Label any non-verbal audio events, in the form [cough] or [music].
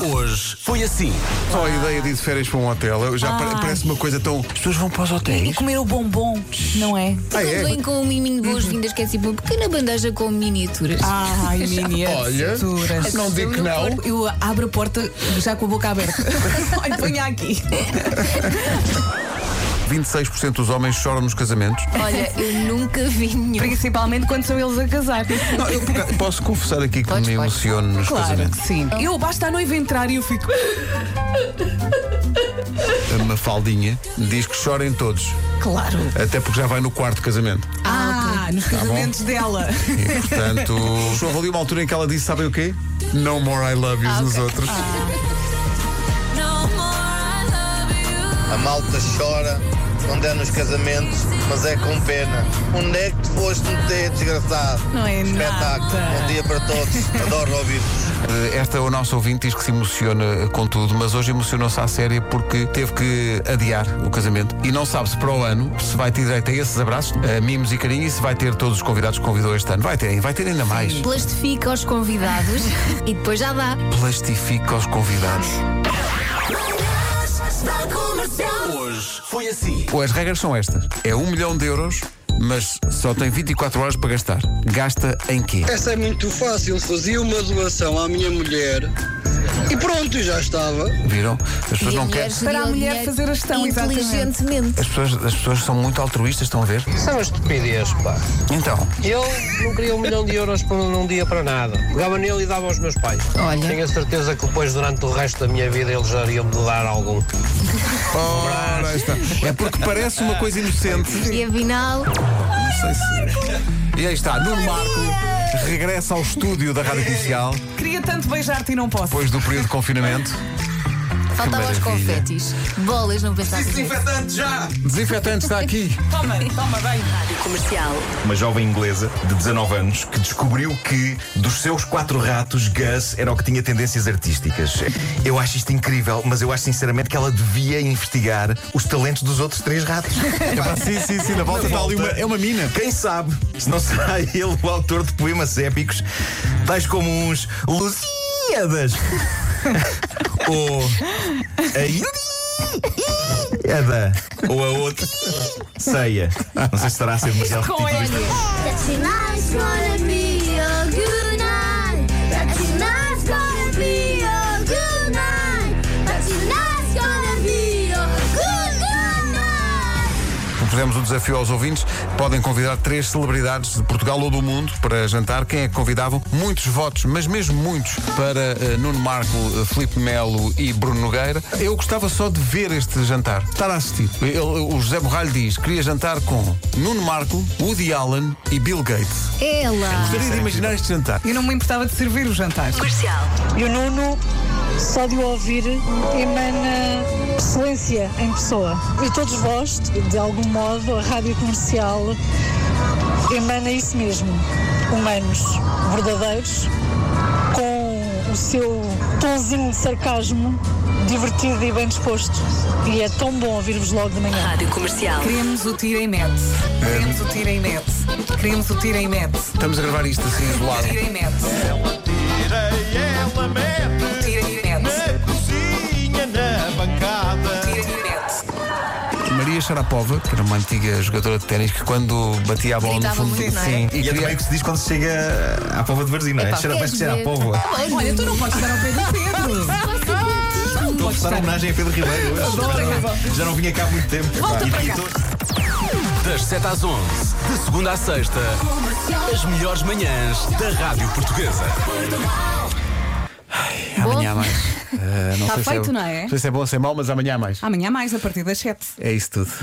Hoje foi assim. Só a ideia de ir de férias para um hotel eu já pare- parece uma coisa tão. As pessoas vão para os E hotéis. comer o bombom, não é? Ah, Não é? vem com um miminho de boas-vindas, que é tipo uma pequena bandeja com miniaturas. Ai, [laughs] miniaturas. não digo que não. Eu abro a porta já com a boca [laughs] aberta. Olha, ponha aqui. 26% dos homens choram nos casamentos. Olha, eu nunca vi nenhum. Principalmente quando são eles a casar. Não, eu por acaso posso confessar aqui que Podes, me podes. emociono nos Claro casamentos. que sim. Eu basta a noiva entrar e eu fico. A Mafaldinha diz que chorem todos, Claro. até porque já vai no quarto casamento. Ah, nos casamentos dela. E [laughs] portanto. Só ali uma altura em que ela disse: sabem o quê? No more I love Ah, yous nos outros. A malta chora quando é nos casamentos, mas é com pena. Onde é que te foste meter, desgraçado? Não é Espetáculo. nada. Bom dia para todos. Adoro ouvir-vos. Eh, Esta é o nosso ouvinte diz que se emociona eh, com tudo, mas hoje emocionou-se à séria porque teve que adiar o casamento e não sabe se para o ano se vai ter direito a esses abraços, a mimos e carinho e se vai ter todos os convidados que convidou este ano. Vai ter, vai ter ainda mais. Plastifica aos convidados [laughs] e depois já dá. Plastifica os convidados. Hoje foi assim. As regras são estas: é um milhão de euros, mas só tem 24 horas para gastar. Gasta em quê? Essa é muito fácil. Fazia uma doação à minha mulher e pronto, já estava. Viram? As pessoas E a não mulher querem. geria Para a o mulher dinheiro fazer a gestão, exatamente. Inteligentemente. As pessoas, as pessoas são muito altruístas, estão a ver? São estupidez, pá. Então, Eu não queria um milhão de euros por um dia para nada. Pegava nele e dava aos meus pais. Olha. Tenho a certeza que depois, durante o resto da minha vida, eles iriam me dar algum. ora aí está. É porque parece uma coisa inocente. E afinal, Sei se- E aí está, Nuno Marco regressa ao estúdio da Rádio Comercial Queria tanto beijar-te e não posso. depois do período de confinamento. faltava os maravilha. confetis. Bolas, não pensaste nisso. Desinfetante está aqui. Toma, toma, bem. uma jovem inglesa de 19 anos que descobriu que dos seus quatro ratos, Gus era o que tinha tendências artísticas. Eu acho isto incrível, mas eu acho sinceramente que ela devia investigar os talentos dos outros três ratos. Epá, sim, sim, sim, na volta Na está ali uma, volta. é uma mina. Quem sabe se não será [laughs] ele o autor de poemas épicos, tais como uns Lusíadas [laughs] ou a Ilíada ou a outra Ceia. Não sei se estará a ser demasiado Com repetitivo. ele. That tonight's gonna be a good night. That tonight's gonna be a good night. That tonight's gonna be a good, good night. Propusemos um desafio aos ouvintes. Podem convidar três celebridades de Portugal ou do mundo para jantar. Quem é que convidavam? Muitos votos, mas mesmo muitos, para eh, Nuno Marco, eh, Filipe Melo e Bruno Nogueira. Eu gostava só de ver este jantar, estar a assistir. Ele- o José Borralho diz: queria jantar com Nuno Marco, Woody Allen e Bill Gates. Ela. Gostaria de imaginar este jantar. Eu não me importava de servir o jantar. E o Nuno, só de o ouvir, emana excelência em pessoa. E todos vós, de algum modo, a rádio comercial emana isso mesmo. Humanos, verdadeiros, com o seu tonzinho de sarcasmo, divertido e bem disposto. E é tão bom ouvir-vos logo de manhã. Queremos o tiro em net. Queremos o tiro em net. Queremos o tiro em net. Estamos a gravar isto assim isolado. [laughs] Tira em net. Tira em net. Tira em net. Maria Sharapova, que era uma antiga jogadora de ténis, que quando batia a bola Gritava no fundo muito, não é? sim, E, é também o que se diz quando se chega à pova de Varzim, não é? Cheira, parece que cheira à queres pova. Olha, tu não podes estar ao pé do Pedro. Não Estou a podes tá prestar estar. homenagem a Pedro Ribeiro hoje. Já não, já não vinha cá há muito tempo. Volta E- para e cá. tô- Das 7 às 11, de segunda à sexta, as melhores manhãs da Rádio Portuguesa. Amanhã há mais. Ah, não Está sei se feito, é, não é? sei se é bom ou se é mau, mas amanhã há mais. Amanhã mais, a partir das 7. É isso tudo.